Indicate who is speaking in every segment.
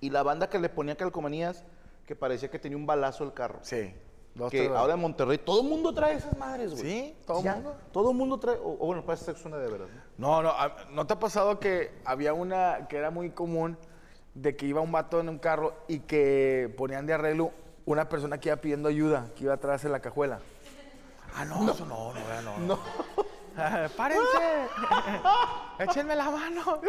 Speaker 1: Y la banda que le ponía calcomanías, que parecía que tenía un balazo el carro.
Speaker 2: Sí. dos,
Speaker 1: que
Speaker 2: tres,
Speaker 1: ahora en Monterrey todo el mundo trae esas madres, güey.
Speaker 2: Sí, todo el
Speaker 1: Ya,
Speaker 2: mundo.
Speaker 1: Todo el mundo trae. O, o bueno, parece que es una de veras. ¿no?
Speaker 2: No, no, a- ¿no te ha pasado que había una que era muy común de que iba un vato en un carro y que ponían de arreglo una persona que iba pidiendo ayuda, que iba atrás en la cajuela? Ah, no, eso no, no, era no. no. Ah, ¡Párense! ¡Échenme la mano!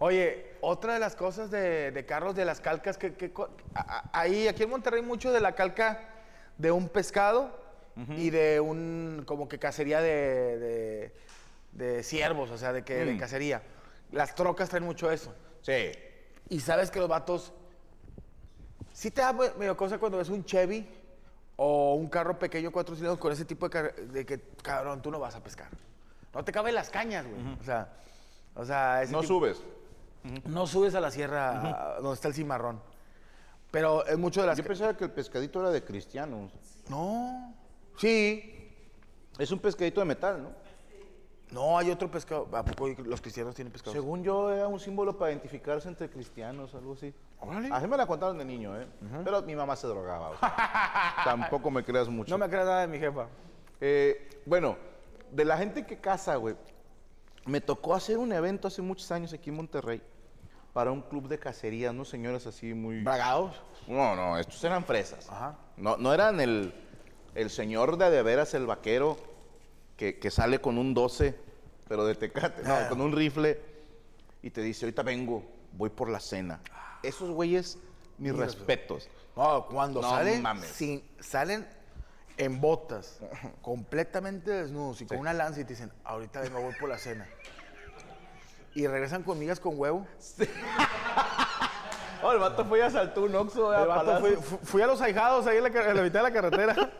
Speaker 2: Oye, otra de las cosas de, de carros de las calcas, que, que co- a- a- ahí, aquí en Monterrey, mucho de la calca de un pescado y de un, como que cacería de, de, de ciervos, o sea, de, que, de cacería. Las trocas traen mucho eso.
Speaker 1: Mm. Sí.
Speaker 2: Y sabes que los vatos, sí te da me- medio cosa cuando ves un Chevy o un carro pequeño cuatro cilindros con ese tipo de, car- de que, cabrón, tú no vas a pescar. No te caben las cañas, güey. O sea, o sea, ese
Speaker 1: No
Speaker 2: tipo-
Speaker 1: subes.
Speaker 2: no subes a la sierra a donde está el cimarrón. Pero es mucho de las.
Speaker 1: Yo
Speaker 2: que-
Speaker 1: pensaba que el pescadito era de cristianos.
Speaker 2: No. Sí.
Speaker 1: Es un pescadito de metal, ¿no?
Speaker 2: No, hay otro pescado. ¿A poco los cristianos tienen pescado?
Speaker 1: Según yo, era un símbolo para identificarse entre cristianos, algo así.
Speaker 2: Órale.
Speaker 1: Así me la contaron de niño, ¿eh? Pero mi mamá se drogaba. o sea, tampoco me creas mucho.
Speaker 2: No me creas nada de mi jefa.
Speaker 1: Eh, bueno, de la gente que casa, güey, me tocó hacer un evento hace muchos años aquí en Monterrey para un club de cacería, unos señores así muy...
Speaker 2: ¿Bragados?
Speaker 1: No, no, estos eran fresas.
Speaker 2: Ajá.
Speaker 1: No, no eran el, el señor de a de veras, el vaquero, que, que sale con un 12, pero de tecate, no,
Speaker 2: Ah.
Speaker 1: con un rifle, y te dice, ahorita vengo, voy por la cena.
Speaker 2: Ah.
Speaker 1: Esos güeyes, mis respetos.
Speaker 2: No, cuando
Speaker 1: No
Speaker 2: salen.
Speaker 1: mames.
Speaker 2: sin- salen en botas, completamente desnudos y con una lanza y te dicen, ahorita vengo, voy por la cena. Y regresan con migas con huevo.
Speaker 1: Oh, el vato fue y asaltó un oxo.
Speaker 2: El vato fui, fu- fui a los ahijados ahí en la, ca- en la mitad de la carretera.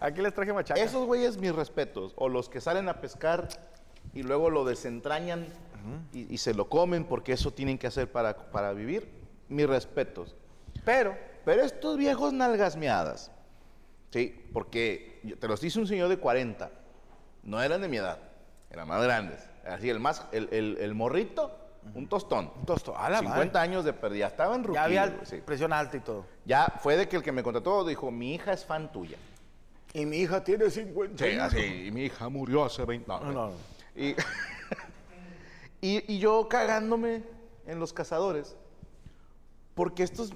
Speaker 2: Aquí les traje machaca.
Speaker 1: Esos güeyes, mis respetos. O los que salen a pescar y luego lo desentrañan y, y se lo comen porque eso tienen que hacer para, para vivir. Mis respetos.
Speaker 2: Pero,
Speaker 1: Pero estos viejos nalgasmeadas, ¿sí? Porque yo- te los dice un señor de 40. No eran de mi edad, eran más grandes. Así, el más, el, el- el morrito, un tostón.
Speaker 2: tosto, a la
Speaker 1: 50 años de pérdida. Estaban
Speaker 2: Ya
Speaker 1: ruquillos.
Speaker 2: había
Speaker 1: güey, sí.
Speaker 2: presión alta y todo.
Speaker 1: Ya fue de que el que me contrató dijo, mi hija es fan tuya.
Speaker 2: Y mi hija tiene 50
Speaker 1: Sí, así. Y mi hija murió hace 20 No,
Speaker 2: Ah, No, no, no.
Speaker 1: Y, y- y yo cagándome en los cazadores. Porque estos.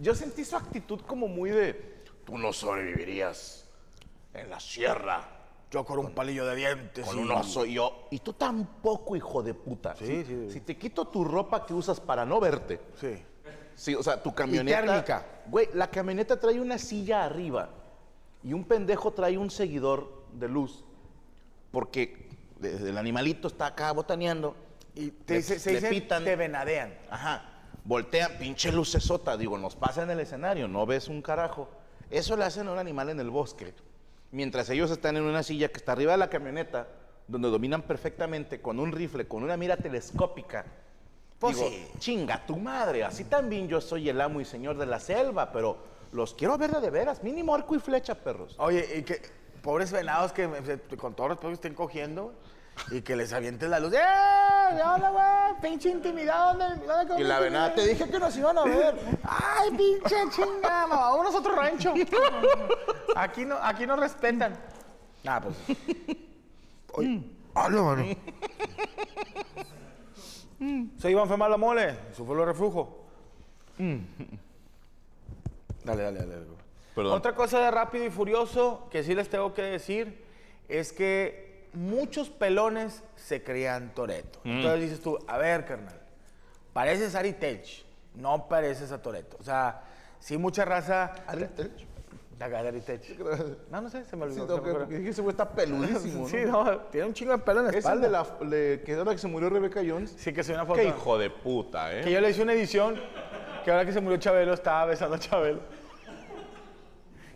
Speaker 1: Yo sentí su actitud como muy de. Tú no sobrevivirías en la sierra
Speaker 2: Yo con un palillo de dientes.
Speaker 1: con
Speaker 2: y-
Speaker 1: un oso. Y yo. Y tú tampoco, hijo de puta.
Speaker 2: Sí,
Speaker 1: si,
Speaker 2: sí.
Speaker 1: si te quito tu ropa que usas para no verte.
Speaker 2: Sí.
Speaker 1: Sí, o sea, tu camioneta.
Speaker 2: térmica.
Speaker 1: Güey, la camioneta trae una silla arriba y un pendejo trae un seguidor de luz porque eh, el animalito está acá botaneando
Speaker 2: Y te
Speaker 1: Le-
Speaker 2: dice, se
Speaker 1: le
Speaker 2: dice,
Speaker 1: pitan.
Speaker 2: te venadean.
Speaker 1: Ajá. Voltea, pinche lucesota. Digo, nos pasa en el escenario, no ves un carajo. Eso le hacen a un animal en el bosque. Mientras ellos están en una silla que está arriba de la camioneta, donde dominan perfectamente con un rifle, con una mira telescópica.
Speaker 2: Pues
Speaker 1: Digo,
Speaker 2: sí.
Speaker 1: chinga tu madre. Así también yo soy el amo y señor de la selva, pero los quiero ver de, de veras. Mínimo arco y flecha, perros.
Speaker 2: Oye, y que pobres venados que me- se- con todo respeto estén cogiendo y que les avientes la luz. ¡Eh! ¡Hola, güey! ¡Pinche intimidad! ¿Dónde, dónde
Speaker 1: Y la
Speaker 2: comiste,
Speaker 1: venada,
Speaker 2: güey?
Speaker 1: te dije que nos iban a ver.
Speaker 2: ¡Ay, pinche chingada! ¡Vámonos a otro rancho! Aquí no, aquí no respetan. Ah, pues. ¡Habla, mano! Se iba a enfermar la mole. Eso fue lo reflujo. Mm. Dale, dale, dale. dale.
Speaker 1: Perdón.
Speaker 2: Otra cosa de rápido y furioso que sí les tengo que decir es que muchos pelones se crean Toreto. Entonces dices tú, a ver, carnal, pareces Ari Telch, no pareces a Toreto. O sea, sí, mucha raza.
Speaker 1: Ari Telch.
Speaker 2: La cara de Ari Telch. No, no sé, se me
Speaker 1: Sí,
Speaker 2: olvidó. se
Speaker 1: no,
Speaker 2: me
Speaker 1: que-
Speaker 2: ocurrió.
Speaker 1: que ese güey está peludísimo.
Speaker 2: Sí, no, tiene un chingo de pelo en la
Speaker 1: Es el
Speaker 2: espalda.
Speaker 1: de la de que ahora que se murió Rebeca Jones.
Speaker 2: Sí, que soy una foto.
Speaker 1: Qué hijo de puta,
Speaker 2: Que
Speaker 1: ¿eh?
Speaker 2: yo le hice una edición Que ahora que se murió Chabelo, estaba besando a Chabelo.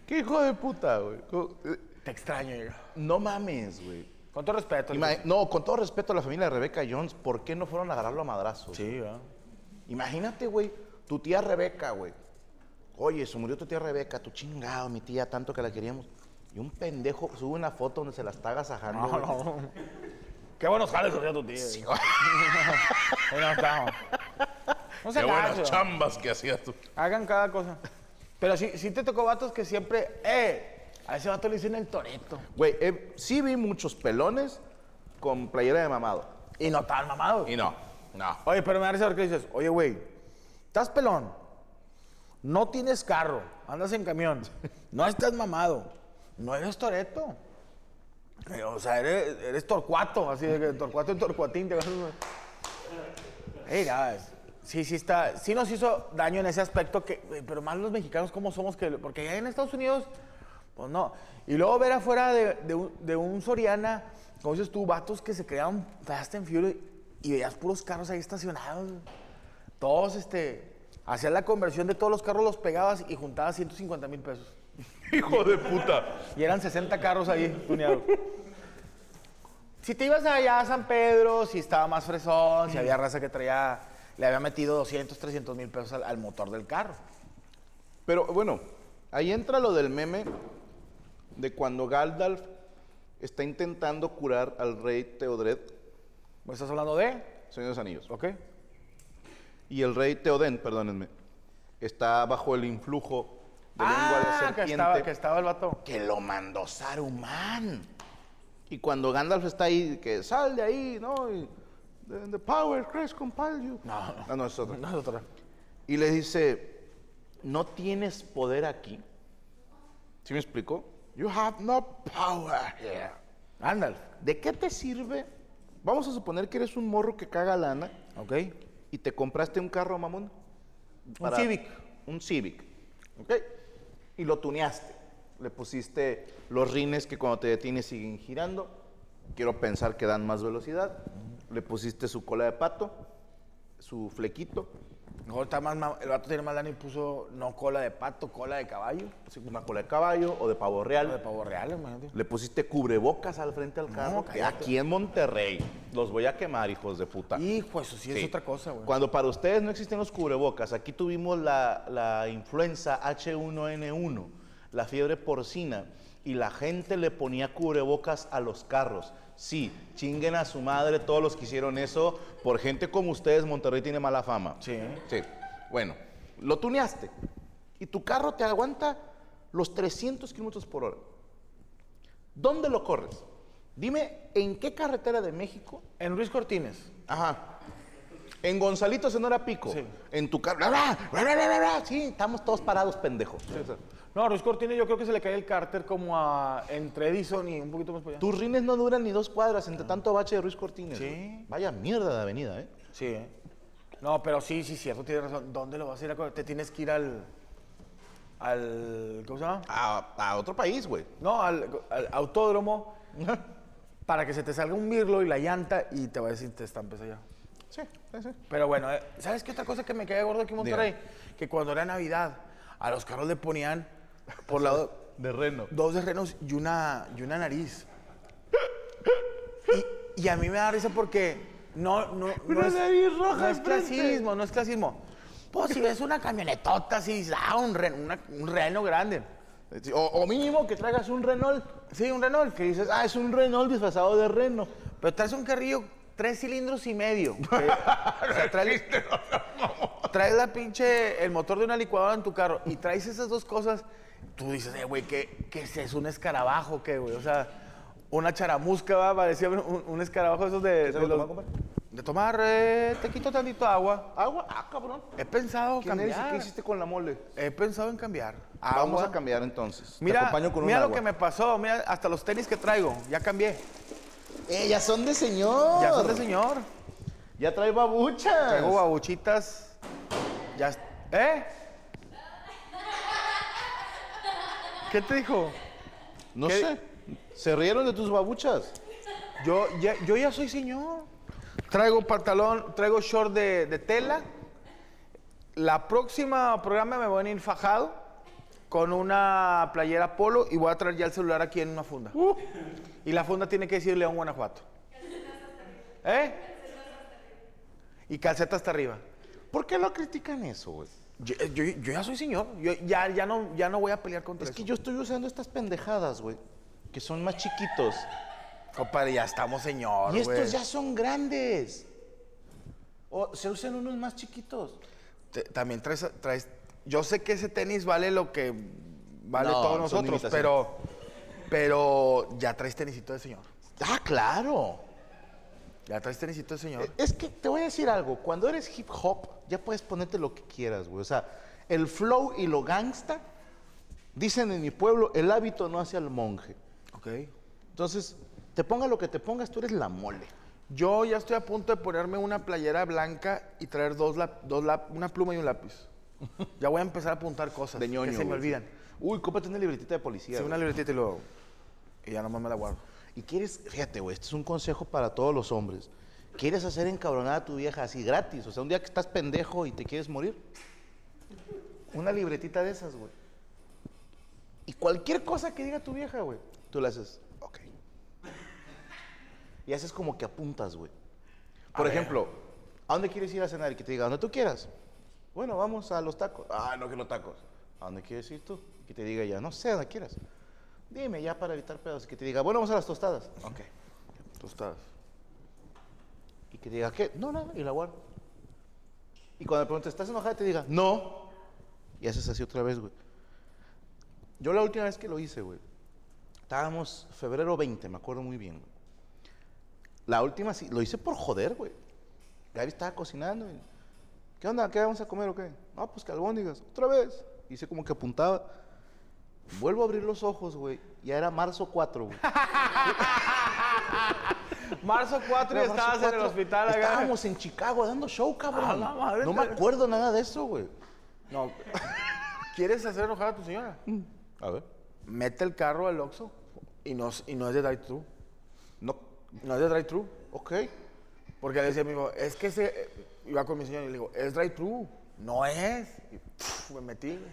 Speaker 1: Qué hijo de puta, güey. Co- eh,
Speaker 2: Te extraño, Diego.
Speaker 1: No mames, güey.
Speaker 2: Con todo respeto.
Speaker 1: Ima-
Speaker 2: Diego.
Speaker 1: No, con todo respeto a la familia de Rebeca Jones, ¿por qué no fueron a agarrarlo a madrazos?
Speaker 2: Sí, ¿verdad?
Speaker 1: Imagínate, güey, tu tía Rebeca, güey. Oye, se murió tu tía Rebeca, tu chingado, mi tía, tanto que la queríamos. Y un pendejo sube una foto donde se la está agasajando.
Speaker 2: No,
Speaker 1: güey.
Speaker 2: no. Qué buenos jales hacía tu tío. Diego. Ahí no estamos. No se
Speaker 1: Qué buenas
Speaker 2: gacho.
Speaker 1: chambas que hacías tú.
Speaker 2: Hagan cada cosa. Pero sí, sí te tocó vatos que siempre, ¡eh! A ese vato le dicen el toreto.
Speaker 1: Güey, eh, sí vi muchos pelones con playera de mamado.
Speaker 2: Y no estaban mamados.
Speaker 1: Y no, no.
Speaker 2: Oye, pero me da risa porque dices, oye, güey, estás pelón, no tienes carro, andas en camión, no estás mamado, no eres toreto. Eh, O sea, eres, eres torcuato, así de que torcuato y torcuatín. Te vas a- Ey, nada, es- sí, sí está, sí nos hizo daño en ese aspecto, que, güey, pero más los mexicanos cómo somos, que, porque allá en Estados Unidos, pues no. Y luego ver afuera de, de un, de un Soriana, como dices tú, vatos que se creaban Fast and Furious y veías puros carros ahí estacionados. Todos, este, hacías la conversión de todos los carros, los pegabas y juntabas 150 mil pesos.
Speaker 1: Hijo de puta.
Speaker 2: Y eran 60 carros ahí, tuneados. si te ibas allá a San Pedro, si estaba más fresón, si había raza que traía, le había metido 200, 300 mil pesos al, al motor del carro.
Speaker 1: Pero bueno, ahí entra lo del meme de cuando Gandalf está intentando curar al rey Teodred,
Speaker 2: ¿Me estás hablando de?
Speaker 1: Señor de los Anillos.
Speaker 2: ¿Ok?
Speaker 1: Y el rey Teoden, perdónenme, está bajo el influjo de lengua de
Speaker 2: Ah,
Speaker 1: serpiente.
Speaker 2: que estaba, que estaba el vato.
Speaker 1: que lo mandó Saruman. Y cuando Gandalf está ahí, que sal de ahí, ¿no? Y, "Then the power crash compel you.
Speaker 2: No.
Speaker 1: no, no es otra.
Speaker 2: Nosotros.
Speaker 1: Y le dice, no tienes poder aquí. ¿Sí me explicó? You have no power here.
Speaker 2: Ándale.
Speaker 1: ¿De qué te sirve? Vamos a suponer que eres un morro que caga lana
Speaker 2: ¿Ok?
Speaker 1: y te compraste un carro mamón. Para-
Speaker 2: Civic.
Speaker 1: Un Civic. ¿Ok? Y lo tuneaste. Le pusiste los rines que cuando te detienes siguen girando. Quiero pensar que dan más velocidad. Le pusiste su cola de pato, su flequito,
Speaker 2: Mejor está más, mam- el vato tiene más lana y puso no cola de pato, cola de caballo.
Speaker 1: una cola de caballo o de pavo real.
Speaker 2: Cola de pavo real, imagínate.
Speaker 1: Le pusiste cubrebocas al frente al carro. que
Speaker 2: cállate.
Speaker 1: aquí en Monterrey los voy a quemar, hijos de puta.
Speaker 2: Hijo, eso sí,
Speaker 1: Sí.
Speaker 2: es otra cosa, güey.
Speaker 1: Cuando para ustedes no existen los cubrebocas, aquí tuvimos la, la influenza H1N1, la fiebre porcina, y la gente le ponía cubrebocas a los carros. Sí, chinguen a su madre todos los que hicieron eso. Por gente como ustedes, Monterrey tiene mala fama.
Speaker 2: Sí.
Speaker 1: Sí. Bueno, lo tuneaste. Y tu carro te aguanta los 300 kilómetros por hora. ¿Dónde lo corres? Dime, ¿en qué carretera de México
Speaker 2: En Luis Cortines.
Speaker 1: Ajá. En Gonzalitos en hora pico.
Speaker 2: Sí.
Speaker 1: En tu carro. bla, bla, bla, bla, bla, bla. Sí, estamos todos parados, pendejo.
Speaker 2: No, Ruiz Cortines yo creo que se le cae el cárter como a entre Edison y un poquito más para allá.
Speaker 1: Tus rines no duran ni dos cuadras entre tanto bache de Ruiz Cortines.
Speaker 2: Sí.
Speaker 1: güey. Vaya mierda de avenida, ¿eh?
Speaker 2: Sí, ¿eh? No, pero sí, sí, cierto, tienes razón. ¿Dónde lo vas a ir a co- Te tienes que ir al. al ¿Cómo se llama?
Speaker 1: A, a otro país, güey.
Speaker 2: No, al, al autódromo para que se te salga un mirlo y la llanta y te va a decir te estampes allá.
Speaker 1: Sí, sí, sí.
Speaker 2: Pero bueno, eh, ¿sabes qué otra cosa que me cae gordo aquí en Monterrey? Que cuando era Navidad, a los carros le ponían por la.
Speaker 1: De reno.
Speaker 2: dos de renos y una, y una nariz. Y, y a mí me da risa porque no, no, no
Speaker 1: Una
Speaker 2: es,
Speaker 1: nariz roja
Speaker 2: no es
Speaker 1: enfrente.
Speaker 2: clasismo, no es clasismo. Pues si ves una camionetota así, dices, ah, un reno, una- un reno grande.
Speaker 1: O, o mínimo que traigas un Renault.
Speaker 2: Sí, un Renault, que dices, ah,
Speaker 1: Ah, es un Renault disfrazado de reno.
Speaker 2: pero traes un carrillo tres cilindros y medio. que- o sea, traes, traes la pinche, el motor de una licuadora en tu carro y traes esas dos cosas, tú dices, eh, güey, ¿qué, qué es eso? ¿Un escarabajo qué, güey? O sea, una charamusca, va, parecía un, un- un escarabajo esos
Speaker 1: se
Speaker 2: de... de
Speaker 1: lo
Speaker 2: los-
Speaker 1: tomaba, compadre?
Speaker 2: de tomar, eh, te quito tantito agua.
Speaker 1: Agua. Ah, cabrón.
Speaker 2: He pensado
Speaker 1: ¿Quién eres y
Speaker 2: cambiar.
Speaker 1: qué hiciste con la mole?
Speaker 2: He pensado en cambiar.
Speaker 1: Vamos
Speaker 2: Agua.
Speaker 1: a cambiar entonces. Te
Speaker 2: Mira,
Speaker 1: acompaño con un
Speaker 2: mira lo
Speaker 1: agua.
Speaker 2: que me pasó, mira, hasta los tenis que traigo, ya cambié.
Speaker 1: ¡Eh, ya son de señor!
Speaker 2: Ya son de señor.
Speaker 1: Ya trae babuchas.
Speaker 2: Traigo babuchitas. Ya. est- ¿Eh? ¿Qué te dijo?
Speaker 1: No
Speaker 2: ¿Qué?
Speaker 1: sé. Se rieron de tus babuchas.
Speaker 2: Yo ya, yo ya soy señor. Traigo pantalón, traigo short de, de tela, La próxima programa me voy a venir fajado con una playera polo y voy a traer ya el celular aquí en una funda.
Speaker 1: Uh.
Speaker 2: Y la funda tiene que decir León, Guanajuato. ¿Eh? Y calceta hasta arriba.
Speaker 1: ¿Por qué lo critican eso, güey?
Speaker 2: Yo, yo- yo ya soy señor. Yo ya, ya, no, ya no voy a pelear contra
Speaker 1: Es
Speaker 2: eso.
Speaker 1: que yo estoy usando estas pendejadas, güey, que son más chiquitos.
Speaker 2: Compadre, ya estamos señor,
Speaker 1: Y estos
Speaker 2: Ah, güey.
Speaker 1: ya son grandes. O se usan unos más chiquitos.
Speaker 2: Te- también traes, traes- Yo sé que ese tenis vale lo que vale
Speaker 1: No,
Speaker 2: todos
Speaker 1: son
Speaker 2: nosotros,
Speaker 1: imitaciones.
Speaker 2: pero. Pero ya traes tenisito de señor.
Speaker 1: Ah, claro.
Speaker 2: Ya traes tenisito de señor.
Speaker 1: Eh, Es que te voy a decir algo. Cuando eres hip hop, ya puedes ponerte lo que quieras, güey. O sea, el flow y lo gangsta, dicen en mi pueblo, el hábito no hace al monje.
Speaker 2: Ok.
Speaker 1: Entonces, te ponga lo que te pongas, tú eres la mole.
Speaker 2: Yo ya estoy a punto de ponerme una playera blanca y traer dos, lap- dos lap- una pluma y un lápiz. Ya voy a empezar a apuntar cosas
Speaker 1: De ñoño.
Speaker 2: que se me
Speaker 1: güey.
Speaker 2: olvidan.
Speaker 1: Uy, cómprate una libretita de policía.
Speaker 2: Sí,
Speaker 1: güey.
Speaker 2: una libretita y luego. Y ya nomás me la guardo.
Speaker 1: Y quieres, fíjate, güey, este es un consejo para todos los hombres. ¿Quieres hacer encabronada a tu vieja así gratis? O sea, un día que estás pendejo y te quieres morir. Una libretita de esas, güey. Y cualquier cosa que diga tu vieja, güey, tú la haces, ok. Y haces como que apuntas, güey. Por ejemplo, ¿a dónde quieres ir a cenar? Y que te diga, a donde tú quieras. Bueno, vamos a los tacos. Ah, no, que los tacos. ¿A dónde quieres ir tú? Y que te diga ya, no sé, a donde quieras. Dime ya para evitar pedos. Y que te diga, bueno, vamos a las tostadas.
Speaker 2: Ok. Tostadas.
Speaker 1: Y que te diga, ¿qué? No, nada, y la guardo. Y cuando le preguntes, ¿estás enojada? Te diga, no. Y haces así otra vez, güey. Yo la última vez que lo hice, güey, estábamos febrero 20, me acuerdo muy bien. güey. La última sí, lo hice por joder, güey. Gaby estaba cocinando. y, ¿Qué onda? ¿Qué vamos a comer o qué? No, pues que albóndigas. Otra vez. Hice como que apuntaba. Vuelvo a abrir los ojos, güey. Ya era marzo 4, güey.
Speaker 2: Marzo 4 y
Speaker 1: Era marzo
Speaker 2: estabas en el
Speaker 1: 4,
Speaker 2: hospital acá.
Speaker 1: Estábamos en Chicago dando show,
Speaker 2: Ah,
Speaker 1: cabrón.
Speaker 2: la madre,
Speaker 1: no me
Speaker 2: cabrón.
Speaker 1: acuerdo nada de eso, güey.
Speaker 2: No. ¿Quieres hacer enojar a tu señora?
Speaker 1: Mm. A ver.
Speaker 2: Mete el carro al Oxxo y no, es- y no es de drive-thru.
Speaker 1: No.
Speaker 2: No es de drive-thru.
Speaker 1: Ok.
Speaker 2: Porque le decía a mi hijo, es que ese... eh, Iba con mi señora y le digo, es drive-thru. No es. Y pf, me metí. Y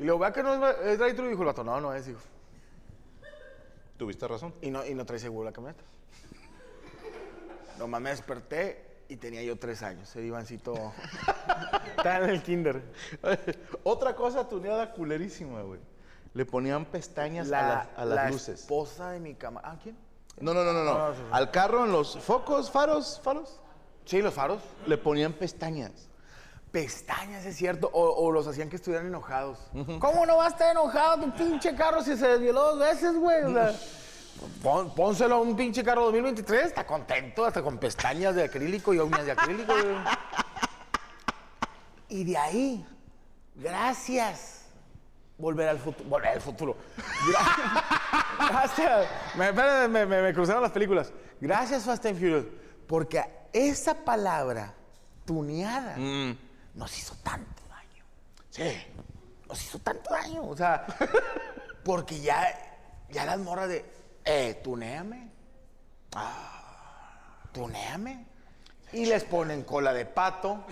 Speaker 2: le digo, vea que no es, es drive-thru. Y dijo el vato, no, no es. Hijo.
Speaker 1: Tuviste razón.
Speaker 2: Y no, y no trae seguro la camioneta. Nomás me desperté y tenía yo tres años. El Ivancito estaba en el kinder.
Speaker 1: Otra cosa tuneada culerísima, güey. Le ponían pestañas a, las- a las
Speaker 2: la
Speaker 1: luces.
Speaker 2: esposa de mi cama. ¿Ah, quién?
Speaker 1: No, no, no, no, no.
Speaker 2: Ah, sí, sí.
Speaker 1: Al carro, en los focos, faros, faros,
Speaker 2: Sí, los faros.
Speaker 1: le ponían pestañas.
Speaker 2: Pestañas, es cierto. O, o los hacían que estuvieran enojados. ¿Cómo no va a estar enojado tu pinche carro si se desvioló dos veces, güey? O sea, pon- pónselo a un pinche carro 2023, está contento, hasta con pestañas de acrílico y uñas de acrílico. güey. Y de ahí, gracias. Volver al futuro. Volver al futuro. Gra- Gracias. Me, espérate, me- me- me cruzaron las películas. Gracias, Fast and Furious. Porque esa palabra tuneada nos hizo tanto daño.
Speaker 1: Sí.
Speaker 2: Nos hizo tanto daño. O sea, porque ya, ya las morras de, eh, tuneame. Ah, tuneame. Y les ponen cola de pato,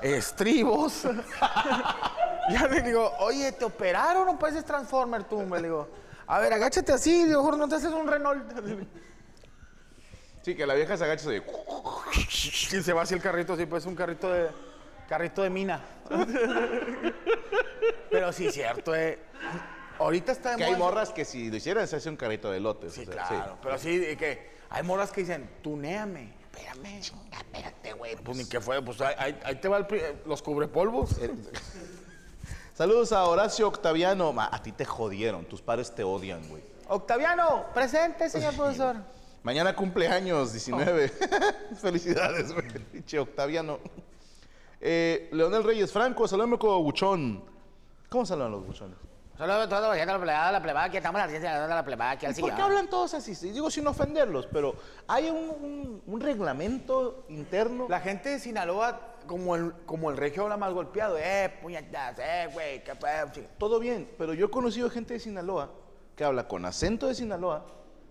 Speaker 2: estribos. ya le digo, oye, ¿te operaron o pareces Transformer tú? Me digo, a ver, agáchate así, de mejor no te haces un Renault.
Speaker 1: Sí, que la vieja se agacha y se...
Speaker 2: Y se va así el carrito, sí, pues un carrito de. carrito de mina. Pero sí, cierto, eh. Ahorita está de
Speaker 1: Que hay
Speaker 2: moda-
Speaker 1: morras que si lo hicieran se hace un carrito de lotes.
Speaker 2: Sí, claro. Pero sí, de que hay morras que dicen, tuneame.
Speaker 3: Ah,
Speaker 2: Espérame. Chinga, espérate, güey. Pues ni que fue, pues ahí- ahí, ahí te va el pri- eh, los cubrepolvos.
Speaker 1: Saludos a Horacio Octaviano. Ma, a ti te jodieron, tus padres te odian, güey.
Speaker 2: Octaviano, presente, señor profesor.
Speaker 1: Mañana cumpleaños, 19. Felicidades, güey. Pinche Octaviano. Eh, Leonel Reyes Franco, saludame con Buchón. ¿Cómo saludan los buchones?
Speaker 3: Saludos a todos, gente de la plebada, la plebada, aquí estamos en la ciencia de la plebada, aquí al
Speaker 1: ¿Por qué
Speaker 3: sillón.
Speaker 1: hablan todos así? Sí, Digo, sin ofenderlos, pero hay un, un- un reglamento interno.
Speaker 2: La gente de Sinaloa, como el, como el regio habla más golpeado, eh, puñetas, eh, güey, qué pedo, chinga.
Speaker 1: Todo bien, pero yo he conocido gente de Sinaloa que habla con acento de Sinaloa,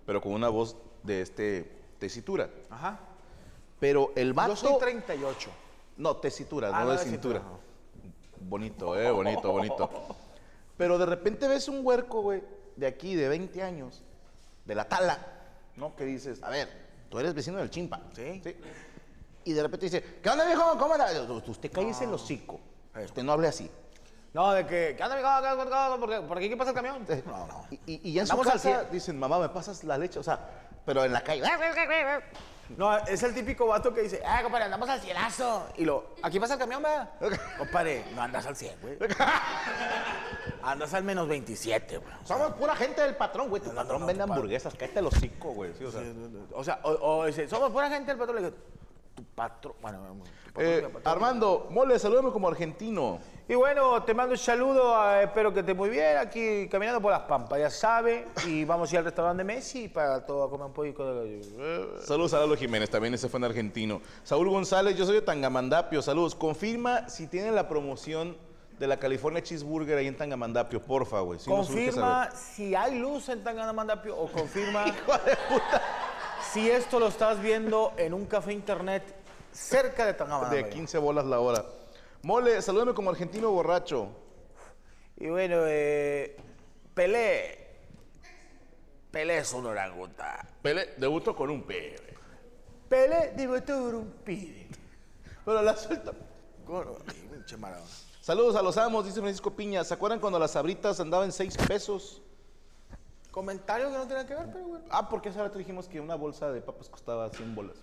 Speaker 1: pero con una voz de este tesitura.
Speaker 2: Ajá.
Speaker 1: Pero el vato...
Speaker 2: Yo soy 38.
Speaker 1: No, tesitura,
Speaker 2: Ah,
Speaker 1: no
Speaker 2: no,
Speaker 1: de
Speaker 2: de
Speaker 1: cintura.
Speaker 2: cintura.
Speaker 1: Bonito, eh, bonito, bonito. Pero de repente ves un huerco, güey, de aquí, de 20 años, de la tala, ¿no? Que dices, a ver, tú eres vecino del chimpa.
Speaker 2: Sí.
Speaker 1: Y de repente dice, ¿qué onda, viejo? ¿Cómo anda? Yo, Usted cállese el hocico. Usted no hable así.
Speaker 3: No, de que, ¿qué onda, amigo? ¿Qué onda, qué onda? ¿Por qué- ¿Por aquí qué pasa el camión?
Speaker 1: No, no. Y, y- y ya en su
Speaker 3: Vamos al
Speaker 1: casa
Speaker 3: cien.
Speaker 1: dicen, mamá, ¿me pasas la leche? O sea, pero en la calle. "Ah,
Speaker 2: No, es el típico vato que dice,
Speaker 3: Ah, compadre, andamos al cielazo. Y lo, aquí pasa el camión, ¿verdad? Compadre, no andas al 100, güey. Andas al menos 27, güey.
Speaker 1: Somos pura gente del patrón, güey. Tu patrón vende hamburguesas. Cállate el hocico, güey. Sí, o sea.
Speaker 3: O sea, o, o dice, somos pura gente del patrón. Le digo, tu patrón. Bueno, tu patrón,
Speaker 1: Eh,
Speaker 3: tu patrón.
Speaker 1: Armando, mole, salúdame como argentino.
Speaker 3: Y bueno, te mando un saludo, a- espero que estés muy bien aquí caminando por las pampas, ya sabe. Y vamos a ir al restaurante de Messi para todo comer un poquito de...
Speaker 1: Saludos a Lalo Jiménez, también ese fan argentino. Saúl González, yo soy de Tangamandapio, saludos. Confirma si tienen la promoción de la California Cheeseburger ahí en Tangamandapio, porfa, güey. Sí nos urge
Speaker 3: Confirma
Speaker 1: saber.
Speaker 3: si hay luz en Tanganamandapio o confirma
Speaker 1: Hijo de puta.
Speaker 3: si esto lo estás viendo en un café internet cerca de
Speaker 2: Ah,
Speaker 1: De
Speaker 3: Tangamandapio.
Speaker 1: 15 bolas la hora. Mole, salúdame como argentino borracho.
Speaker 3: Y bueno, eh, Pelé. Pelé es un oranguta.
Speaker 1: Pele, debuto con un pebe.
Speaker 3: Pelé, digo, tú eres un pibe.
Speaker 1: Pero la suelta.
Speaker 2: "Coro, pinche Maradona".
Speaker 1: Saludos a los amos, dice Francisco Piña. ¿Se acuerdan cuando las sabritas andaban en 6 pesos?
Speaker 3: Comentario que no tiene que ver, pero bueno.
Speaker 1: Ah, porque hace rato dijimos que una bolsa de papas costaba 100 bolas.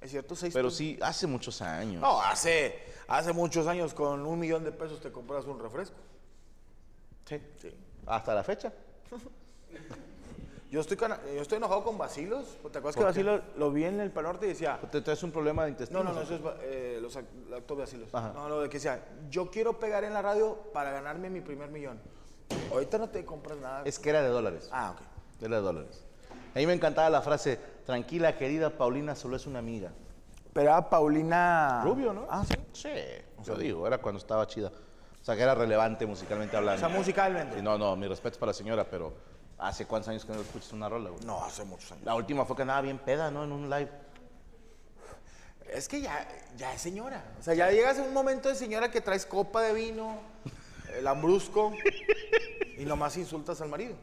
Speaker 2: Es cierto, seis
Speaker 1: Pero
Speaker 2: pesos.
Speaker 1: sí, hace muchos años.
Speaker 2: No, hace, hace muchos años con un millón de pesos te compras un refresco.
Speaker 1: Sí. Hasta la fecha.
Speaker 2: Yo estoy, cana- yo estoy enojado con Basilos. ¿Te acuerdas que
Speaker 1: ¿Por qué?
Speaker 2: Basilos lo vi en el Panorte y decía,
Speaker 1: Te traes un problema de
Speaker 2: No,
Speaker 1: intestino.
Speaker 2: no, no, eso es ba- eh, los ac- actos vacilos.
Speaker 1: Ajá.
Speaker 2: No, lo de que sea, yo quiero pegar en la radio para ganarme mi primer millón. Ahorita no te compras nada.
Speaker 1: Es que era de dólares.
Speaker 2: Ah, ok.
Speaker 1: Era de dólares. A mí me encantaba la frase, tranquila, querida Paulina, solo es una amiga.
Speaker 2: Pero era Paulina...
Speaker 1: Rubio, ¿no?
Speaker 2: Ah, sí.
Speaker 1: Sí, yo digo, era cuando estaba chida. O sea, que era relevante musicalmente hablando.
Speaker 2: O sea, musicalmente.
Speaker 1: Y no, no, mi respeto para la señora, pero ¿hace cuántos años que no escuchas una rola, güey?
Speaker 2: No, hace muchos años.
Speaker 1: La última fue que andaba bien peda, ¿no? En un live.
Speaker 2: Es que ya, ya es señora. O sea, ya llegas a un momento de señora que traes copa de vino, el ambrusco, y nomás insultas al marido.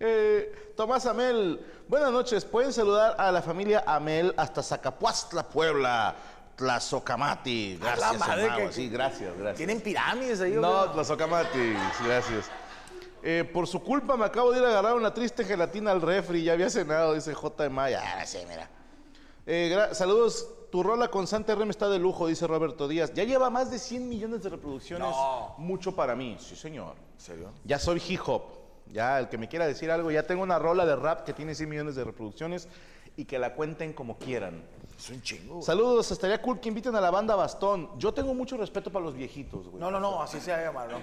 Speaker 1: Eh, Tomás Amel, buenas noches. Pueden saludar a la familia Amel hasta Zacapuastla, Puebla, Tlazocamati. Gracias,
Speaker 2: madre,
Speaker 1: hermano.
Speaker 2: que-
Speaker 1: Sí, gracias, gracias.
Speaker 2: Tienen pirámides ahí.
Speaker 1: No,
Speaker 2: hombre.
Speaker 1: Tlazocamati, sí, gracias. Eh, por su culpa me acabo de ir a agarrar una triste gelatina al refri, ya había cenado, dice J. de Maya.
Speaker 2: Ah,
Speaker 1: Ahora sí, mira. Eh, gra- saludos, tu rola con Santa RM está de lujo, dice Roberto Díaz. Ya lleva más de 100 millones de reproducciones, mucho para mí. Sí, señor.
Speaker 2: ¿En serio?
Speaker 1: Ya soy hip hop. Ya, el que me quiera decir algo, ya tengo una rola de rap que tiene 100 millones de reproducciones y que la cuenten como quieran.
Speaker 2: Es un chingo. güey.
Speaker 1: Saludos, estaría cool que inviten a la banda Bastón. Yo tengo mucho respeto para los viejitos, güey.
Speaker 2: No, no, no, así se va a llamar. ¿no?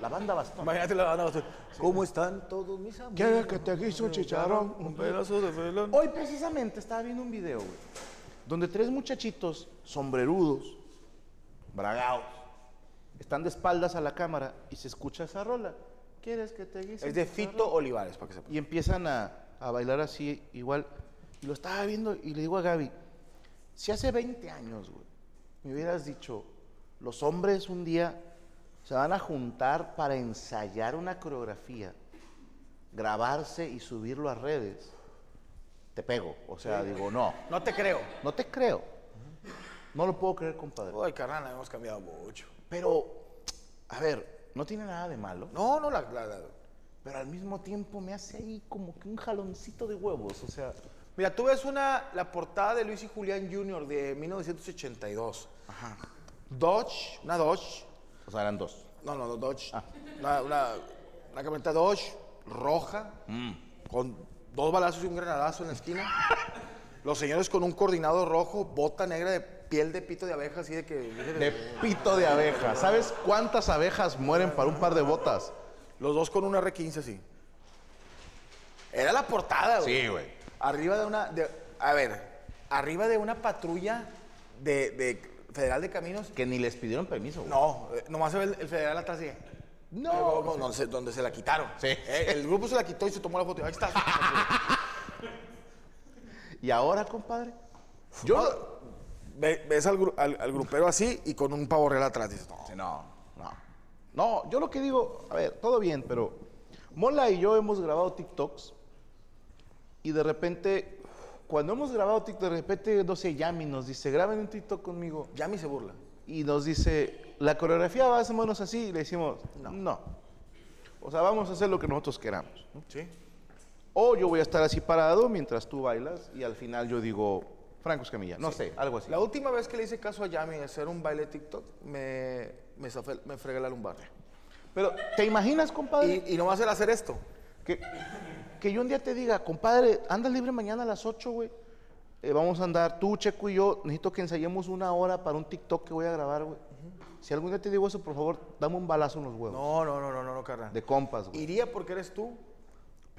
Speaker 1: La banda Bastón.
Speaker 2: Imagínate la banda. ¿Cómo están todos mis amigos?
Speaker 1: hizo un chicharrón?
Speaker 2: Un pedazo de velón.
Speaker 1: Hoy precisamente estaba viendo un video, güey, donde tres muchachitos sombrerudos, bragados, están de espaldas a la cámara y se escucha esa rola. ¿Quieres que te guise? un
Speaker 2: Es de
Speaker 1: chicharrón?
Speaker 2: Fito Olivares, para que sepan.
Speaker 1: Y empiezan a, a bailar así, igual. Y lo estaba viendo y le digo a Gaby, si hace 20 años, güey, me hubieras dicho, los hombres un día se van a juntar para ensayar una coreografía, grabarse y subirlo a redes, te pego. O sea, digo, no,
Speaker 2: No te creo.
Speaker 1: no te creo. No lo puedo creer, compadre.
Speaker 2: Ay, carnal, hemos cambiado mucho.
Speaker 1: Pero, a ver, no tiene nada de malo.
Speaker 2: No, no, la, la- la-
Speaker 1: Pero al mismo tiempo me hace ahí como que un jaloncito de huevos, o sea...
Speaker 2: Mira, tú ves una, la portada de Luis y Julián Jr. de 1982. Ajá. Dodge, una Dodge.
Speaker 1: O sea, eran dos.
Speaker 2: No, no, no, Dodge. Una, una, una camioneta Dodge roja, con dos balazos y un granadazo en la esquina. Los señores con un coordinado rojo, bota negra de piel de pito de abeja, así de que...
Speaker 1: De pito de abeja. ¿Sabes cuántas abejas mueren para un par de botas?
Speaker 2: Los dos con una R15 así. Era la portada, güey.
Speaker 1: güey.
Speaker 2: Arriba de una. de- a ver, arriba de una patrulla de, de Federal de Caminos.
Speaker 1: Que ni les pidieron permiso, güey.
Speaker 2: No, eh, nomás se ve el, el federal atrás así. No. donde, se, donde se la quitaron.
Speaker 1: Sí.
Speaker 2: Eh, el grupo se la quitó y se tomó la foto. Ahí está.
Speaker 1: ¿Y ahora, compadre?
Speaker 2: Yo. ve- ves al, gru- al- al grupero así y con un pavo real atrás. Dices, no.
Speaker 1: Sí, No, no. No, yo lo que digo, a ver, todo bien, pero Mola y yo hemos grabado TikToks y de repente, cuando hemos grabado TikTok, de repente, no sé, Yami nos dice, graben un TikTok conmigo.
Speaker 3: Yami se burla.
Speaker 1: Y nos dice, la coreografía va más o menos así, y le decimos, no. O sea, vamos a hacer lo que nosotros queramos.
Speaker 2: Sí.
Speaker 1: O yo voy a estar así parado mientras tú bailas y al final yo digo, Franco Escamilla, no sé, algo así.
Speaker 2: La última vez que le hice caso a Yami de hacer un baile TikTok, me, me, zafé- me fregué la lumbar.
Speaker 1: Pero, ¿te imaginas, compadre?
Speaker 2: Y, y nomás era hacer esto.
Speaker 1: Que, que yo un día te diga, compadre, andas libre mañana a las 8, güey. Eh, vamos a andar tú, Checo y yo. Necesito que ensayemos una hora para un TikTok que voy a grabar, güey. Si algún día te digo eso, por favor, dame un balazo en los huevos.
Speaker 2: No, no, no, no, no, no, carnal.
Speaker 1: De compas, güey.
Speaker 2: Iría porque eres tú.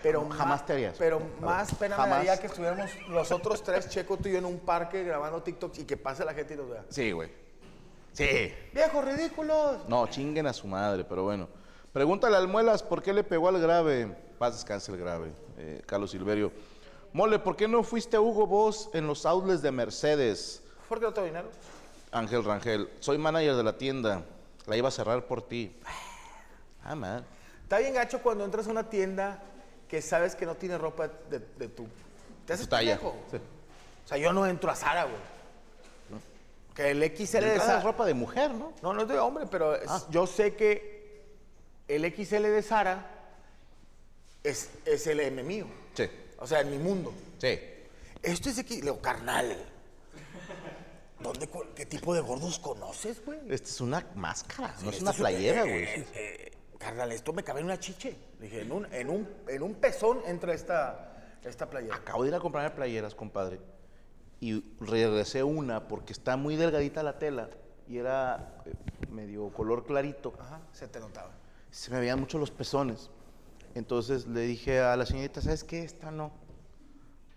Speaker 2: Pero
Speaker 1: no, jamás
Speaker 2: ma-
Speaker 1: te haría eso.
Speaker 2: Pero
Speaker 1: Jamás.
Speaker 2: más pena
Speaker 1: Jamás.
Speaker 2: me daría que estuviéramos los otros tres, Checo, tú y yo, en un parque grabando TikToks y que pase la gente y nos vea.
Speaker 1: Sí, güey. Sí.
Speaker 2: ¡Viejos ridículos!
Speaker 1: No, chinguen a su madre, pero bueno. Pregúntale al Muelas por qué le pegó al grave. Paz descanse el grave, eh, Carlos Silverio. Mole, ¿por qué no fuiste a Hugo Boss en los outlets de Mercedes?
Speaker 3: ¿Por qué no tengo dinero?
Speaker 1: Ángel Rangel, soy manager de la tienda. La iba a cerrar por ti. Ah, man.
Speaker 3: Está bien gacho cuando entras a una tienda que sabes que no tiene ropa de, de tú. ¿Te haces
Speaker 1: Tu talla.
Speaker 3: pendejo?
Speaker 1: Sí.
Speaker 3: O sea, yo no entro a Zara, güey. Que el XL
Speaker 1: De
Speaker 3: de
Speaker 1: entrada es
Speaker 3: Zara...
Speaker 1: ropa de mujer, ¿no?
Speaker 3: No, no es de hombre, pero es-
Speaker 1: Ah.
Speaker 3: yo sé que el XL de Sara es, es el M mío.
Speaker 1: Sí.
Speaker 3: O sea, en mi mundo.
Speaker 1: Sí.
Speaker 3: Esto es X. Leo, carnal. ¿Dónde, cu- ¿Qué tipo de gordos conoces, güey?
Speaker 1: Esta es una máscara, no es
Speaker 3: Esto
Speaker 1: una playera,
Speaker 3: eh,
Speaker 1: güey.
Speaker 3: eh, eh, carnal, esto me cabe en una chiche. Le dije, en un, en un, en un pezón entra esta, esta playera.
Speaker 1: Acabo de ir a comprar playeras, compadre. Y regresé una porque está muy delgadita la tela y era eh, medio color clarito.
Speaker 3: Ajá, se te notaba.
Speaker 1: Se me veían mucho los pezones. Entonces le dije a la señorita, ¿sabes qué? Esta no.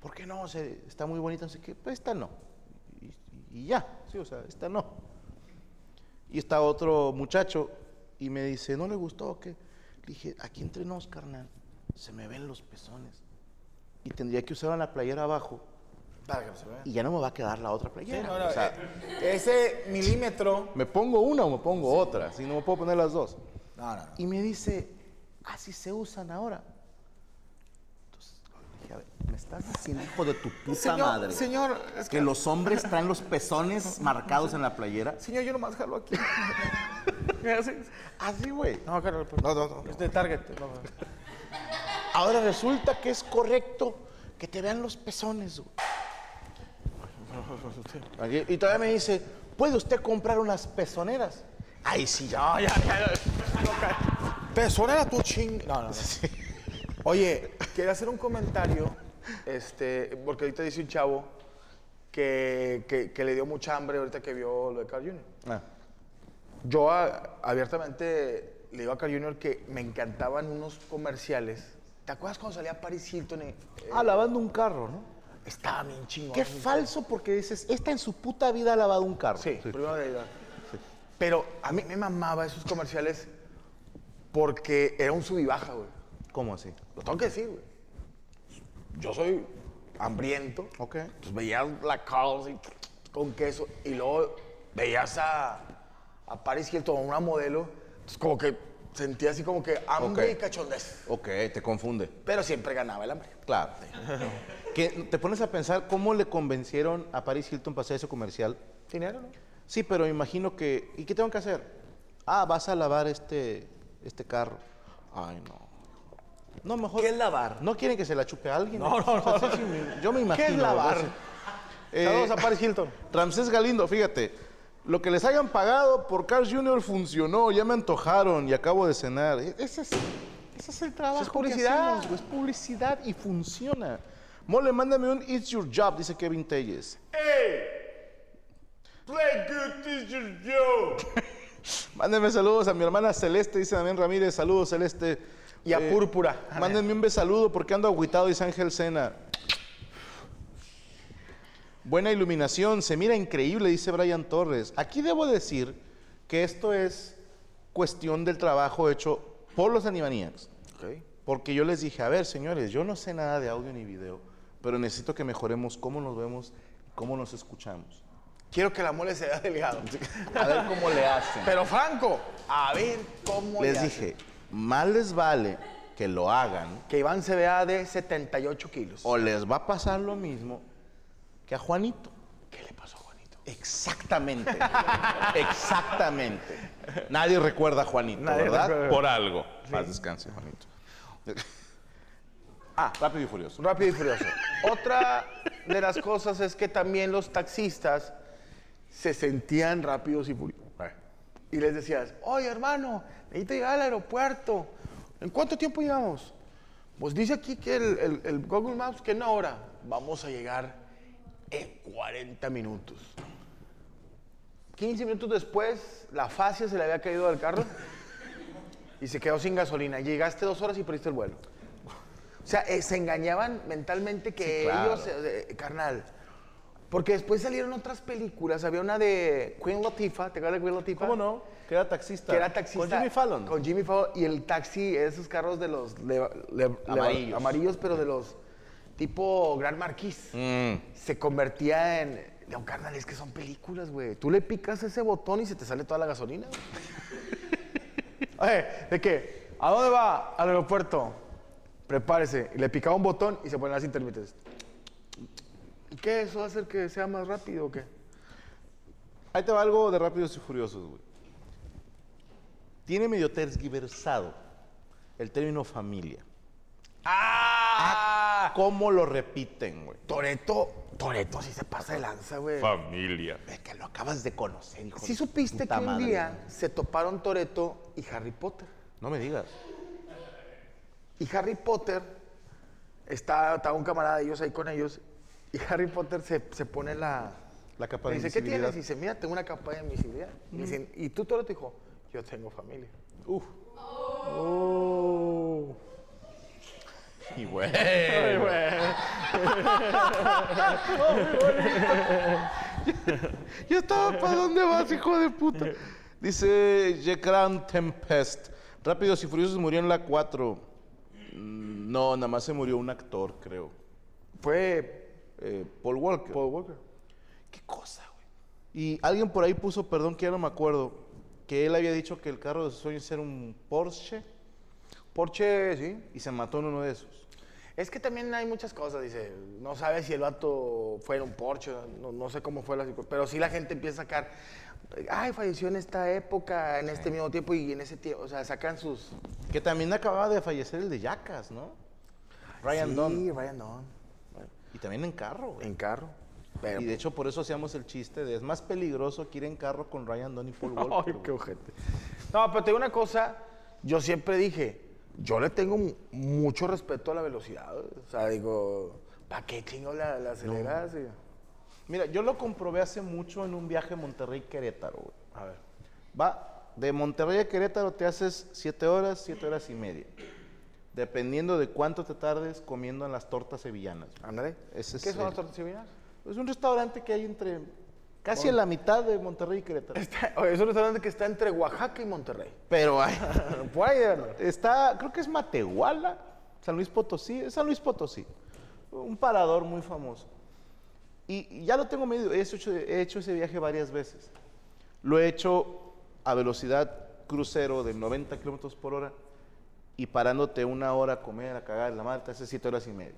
Speaker 1: ¿Por qué no? Se- está muy bonita, no sé qué. Pues esta no. Y, y ya, sí, o sea, esta no. Y está otro muchacho y me dice, ¿no le gustó o qué? Le dije, aquí entre nos, carnal, se me ven los pezones. Y tendría que usar una playera abajo
Speaker 3: Para que no se vea.
Speaker 1: y ya no me va a quedar la otra playera.
Speaker 3: No, no,
Speaker 1: o sea,
Speaker 3: eh, ese milímetro.
Speaker 1: me pongo una o me pongo otra, si no me puedo poner las dos.
Speaker 3: No, no, no.
Speaker 1: Y me dice, así se usan ahora. Entonces, le dije, a ver, me estás diciendo, hijo de tu puta madre,
Speaker 2: señor, es
Speaker 1: que los hombres traen los pezones marcados en la playera.
Speaker 2: Señor, yo nomás jalo aquí.
Speaker 1: Así, güey.
Speaker 3: No, carnal,
Speaker 2: No, no, no.
Speaker 3: Es de Target. no, no.
Speaker 1: Ahora resulta que es correcto que te vean los pezones, güey. Aquí, Y todavía me dice, ¿puede usted comprar unas pezoneras? Ay, sí, ya, ya, ya.
Speaker 2: Pezonera tu ching. No, no, no. Oye, quería hacer un comentario, este, porque ahorita dice un chavo que, que- que le dio mucha hambre ahorita que vio lo de Carl Jr.
Speaker 1: Ah,
Speaker 2: Yo a- abiertamente le digo a Carl Jr. que me encantaban unos comerciales. ¿Te acuerdas cuando salía Paris Hilton? y, eh,
Speaker 1: Ah, lavando un carro, ¿no?
Speaker 2: estaba bien chingón.
Speaker 1: Qué falso porque dices, esta en su puta vida ha lavado un carro.
Speaker 2: Sí, primero de edad. Pero a mí me mamaba esos comerciales porque era un sub y baja, güey.
Speaker 1: ¿Cómo así?
Speaker 2: Lo tengo que decir, güey. Yo soy hambriento.
Speaker 1: Ok.
Speaker 2: Pues veía la Carl's y con queso. Y luego veías a, a Paris Hilton, una modelo. Entonces, como que sentía así como que hambre
Speaker 1: Ok.
Speaker 2: y cachondez.
Speaker 1: Ok, te confunde.
Speaker 2: Pero siempre ganaba el hambre.
Speaker 1: Claro. que te pones a pensar cómo le convencieron a Paris Hilton para hacer ese comercial.
Speaker 3: Dinero, ¿no?
Speaker 1: Sí, pero me imagino que. ¿Y qué tengo que hacer? Ah, vas a lavar este, este carro. Ay, no. No, mejor.
Speaker 3: ¿Qué es lavar?
Speaker 1: No quieren que se la chupe a alguien.
Speaker 3: No,
Speaker 1: ¿eh?
Speaker 3: no, no,
Speaker 1: sí,
Speaker 3: no.
Speaker 1: sí, me- yo me imagino.
Speaker 3: ¿Qué es lavar?
Speaker 1: o sea, eh,
Speaker 3: Saludos a Paris Hilton.
Speaker 1: Ramsés Galindo, fíjate. Lo que les hayan pagado por Carl Jr. funcionó, ya me antojaron y acabo de cenar. E- Ese es, ese es el trabajo. que
Speaker 3: publicidad.
Speaker 1: hacemos, güey, es publicidad y funciona. Mole, mándame un It's Your Job, dice Kevin Telles.
Speaker 3: Play good teacher Joe.
Speaker 1: Mándenme saludos a mi hermana Celeste, dice también Ramírez. Saludos, Celeste.
Speaker 3: Y
Speaker 1: Eh,
Speaker 3: a Púrpura.
Speaker 1: Mándenme un besaludo porque ando agüitado, dice Ángel Sena. Buena iluminación, se mira increíble, dice Brian Torres. Aquí debo decir que esto es cuestión del trabajo hecho por los Animaniacs. Porque yo les dije, a ver, señores, yo no sé nada de audio ni video, pero necesito que mejoremos cómo nos vemos, cómo nos escuchamos.
Speaker 2: Quiero que la mole se vea delgado.
Speaker 1: A ver cómo le hacen.
Speaker 2: Pero Franco, a ver cómo le
Speaker 1: Les
Speaker 2: hacen.
Speaker 1: dije, más les vale que lo hagan
Speaker 2: Que Iván se vea de 78 kilos.
Speaker 1: o les va a pasar lo mismo que a Juanito.
Speaker 2: ¿Qué le pasó, Juanito?
Speaker 1: Exactamente. Exactamente. Nadie recuerda a Juanito,
Speaker 2: Nadie
Speaker 1: ¿verdad?
Speaker 2: recuerda.
Speaker 1: Por algo. Paz descanse, Juanito. Ah, rápido y furioso.
Speaker 2: Rápido y furioso. Otra de las cosas es que también los taxistas se sentían rápidos y furiosos. Y les decías, oye, hermano, necesito llegar al aeropuerto. ¿En cuánto tiempo llegamos? Pues dice aquí que el, el- el Google Maps que en una hora. Vamos a llegar en 40 minutos. 15 minutos después, la fascia se le había caído al carro y se quedó sin gasolina. Llegaste dos horas y perdiste el vuelo. O sea, eh, se engañaban mentalmente que
Speaker 1: Sí, claro.
Speaker 2: ellos, eh, eh, carnal. Porque después salieron otras películas. Había una de Queen Latifah, ¿te acuerdas de Queen Latifah?
Speaker 3: ¿Cómo no? Que era taxista.
Speaker 2: Que era taxista.
Speaker 3: Con Jimmy Fallon.
Speaker 2: Con Jimmy Fallon. Y el taxi, esos carros de los le- le- le-
Speaker 1: Amarillos.
Speaker 2: amarillos, pero de los tipo Gran Marquis.
Speaker 3: Mm.
Speaker 1: Mm.
Speaker 2: Se convertía en. No, carnal, es que son películas, güey. Tú le picas ese botón y se te sale toda la gasolina. güey. Oye, ¿de qué? ¿A dónde va? Al aeropuerto. Prepárese. Y le picaba un botón y se ponían las intermitentes. ¿Y qué? ¿Eso va a hacer que sea más rápido o qué?
Speaker 1: Ahí te va algo de rápidos y furiosos, güey. Tiene medio tergiversado el término familia.
Speaker 2: ¡Ah!
Speaker 1: ¿Cómo lo repiten, güey?
Speaker 2: Toreto, Toreto sí se pasa de lanza, güey.
Speaker 1: Familia. Es que lo acabas de conocer, hijo.
Speaker 2: Sí
Speaker 1: de
Speaker 2: supiste que
Speaker 1: puta
Speaker 2: un
Speaker 1: madre.
Speaker 2: día se toparon Toreto y Harry Potter.
Speaker 1: No me digas.
Speaker 2: Y Harry Potter está, estaba un camarada de ellos ahí con ellos. Y Harry Potter se, se pone la.
Speaker 1: La capa
Speaker 2: le
Speaker 1: de
Speaker 2: dice, ¿qué
Speaker 1: invisibilidad.
Speaker 2: tienes? Y dice, mira, tengo una capa de invisibilidad. Y le dicen, ¿y tú Toreto? Dijo, yo tengo familia.
Speaker 1: Uf. Y güey. Yo estaba, ¿para dónde vas, hijo de puta? Dice The Grand Tempest. Rápidos y Furiosos murió en la 4. Mm, No, nada más se murió un actor, creo.
Speaker 2: Fue
Speaker 1: Eh, Paul Walker.
Speaker 2: Paul Walker.
Speaker 1: ¿Qué cosa, güey? Y alguien por ahí puso, perdón que ya no me acuerdo, que él había dicho que el carro de sus sueños era un Porsche
Speaker 2: Porsche, sí.
Speaker 1: y se mató en uno de esos.
Speaker 2: Es que también hay muchas cosas, dice, no sabe si el vato fue en un Porsche, no, no sé cómo fue la situ- pero sí la gente empieza a sacar, ay, falleció en esta época, en este mismo tiempo y en ese tiempo, o sea, sacan sus...
Speaker 1: Que también acababa de fallecer el de Yacas, ¿no? Ryan
Speaker 2: sí,
Speaker 1: Dunn.
Speaker 2: Ryan Dunn,
Speaker 1: Y también en carro, güey.
Speaker 2: en carro. Pero,
Speaker 1: Y de hecho, por eso hacíamos el chiste de es más peligroso que ir en carro con Ryan Dunn y Paul Walker.
Speaker 2: Ay,
Speaker 1: güey".
Speaker 2: qué ojete. No, pero te digo una cosa, yo siempre dije, yo le tengo mu- mucho respeto a la velocidad, o sea, digo, ¿para qué chingo la, la aceleras? Y-
Speaker 1: Mira, yo lo comprobé hace mucho en un viaje Monterrey-Querétaro, güey.
Speaker 2: A ver,
Speaker 1: Va, de Monterrey a Querétaro te haces 7 horas, 7 horas y media. Dependiendo de cuánto te tardes comiendo en las tortas sevillanas. güey.
Speaker 2: André,
Speaker 1: Ese es
Speaker 2: ¿qué son
Speaker 1: el-
Speaker 2: las tortas sevillanas?
Speaker 1: Es un restaurante que hay entre casi en la mitad de Monterrey y Querétaro.
Speaker 2: Está- oye, es un restaurante que está entre Oaxaca y Monterrey.
Speaker 1: Pero hay,
Speaker 2: Por ahí ¿no?
Speaker 1: Está, creo que es Matehuala, San Luis Potosí, es San Luis Potosí, un parador muy famoso. Y, y ya lo tengo medio, he hecho, he hecho ese viaje varias veces. Lo he hecho a velocidad crucero de 90 kilómetros por hora y parándote una hora a comer, a cagar, la madre, te hace 7 horas y media.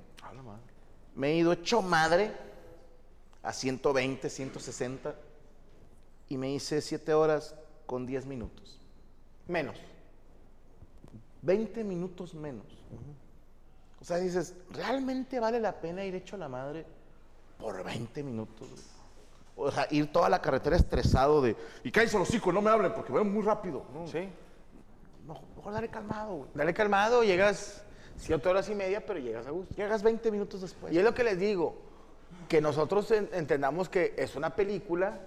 Speaker 1: Me he ido hecho madre a 120, 160 y me hice 7 horas con 10 minutos.
Speaker 2: Menos.
Speaker 1: 20 minutos menos. O sea, dices, ¿realmente vale la pena ir hecho la madre por 20 minutos? güey? O sea, ir toda la carretera estresado de, y cállese los hijos, no me hablen porque voy muy rápido. No,
Speaker 2: Mm. Sí.
Speaker 1: mejor, mejor dale calmado, güey.
Speaker 2: Dale calmado, llegas siete horas y media, pero llegas a gusto.
Speaker 1: Llegas 20 minutos después.
Speaker 2: Y es lo que les digo, que nosotros en- entendamos que es una película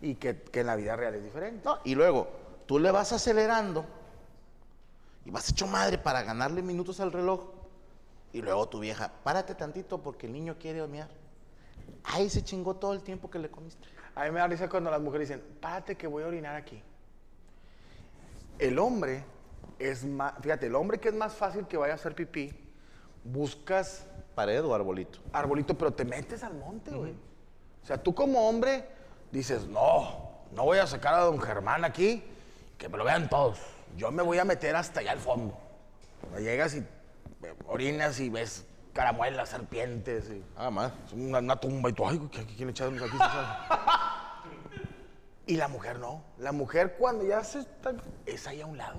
Speaker 2: y que, que en la vida real es diferente.
Speaker 1: No, y luego, tú le vas acelerando y vas hecho madre para ganarle minutos al reloj. Y luego tu vieja, párate tantito porque el niño quiere mear. Ahí se chingó todo el tiempo que le comiste.
Speaker 2: A mí me da risa cuando las mujeres dicen, párate que voy a orinar aquí. El hombre es más, fíjate, el hombre que es más fácil que vaya a hacer pipí, buscas
Speaker 1: Pared o arbolito.
Speaker 2: arbolito, pero te metes al monte, güey. O sea, tú como hombre, dices, no, no voy a sacar a don Germán aquí, que me lo vean todos. Yo me voy a meter hasta allá al fondo. Cuando llegas y eh, orinas y ves caramuelas, serpientes, y
Speaker 1: Ah, más.
Speaker 2: es una, una tumba y tú, ay, güey, ¿qué- qué- ¿quién echaron aquí? y la mujer no. La mujer cuando ya se está, es ahí a un lado.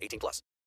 Speaker 4: 18 plus.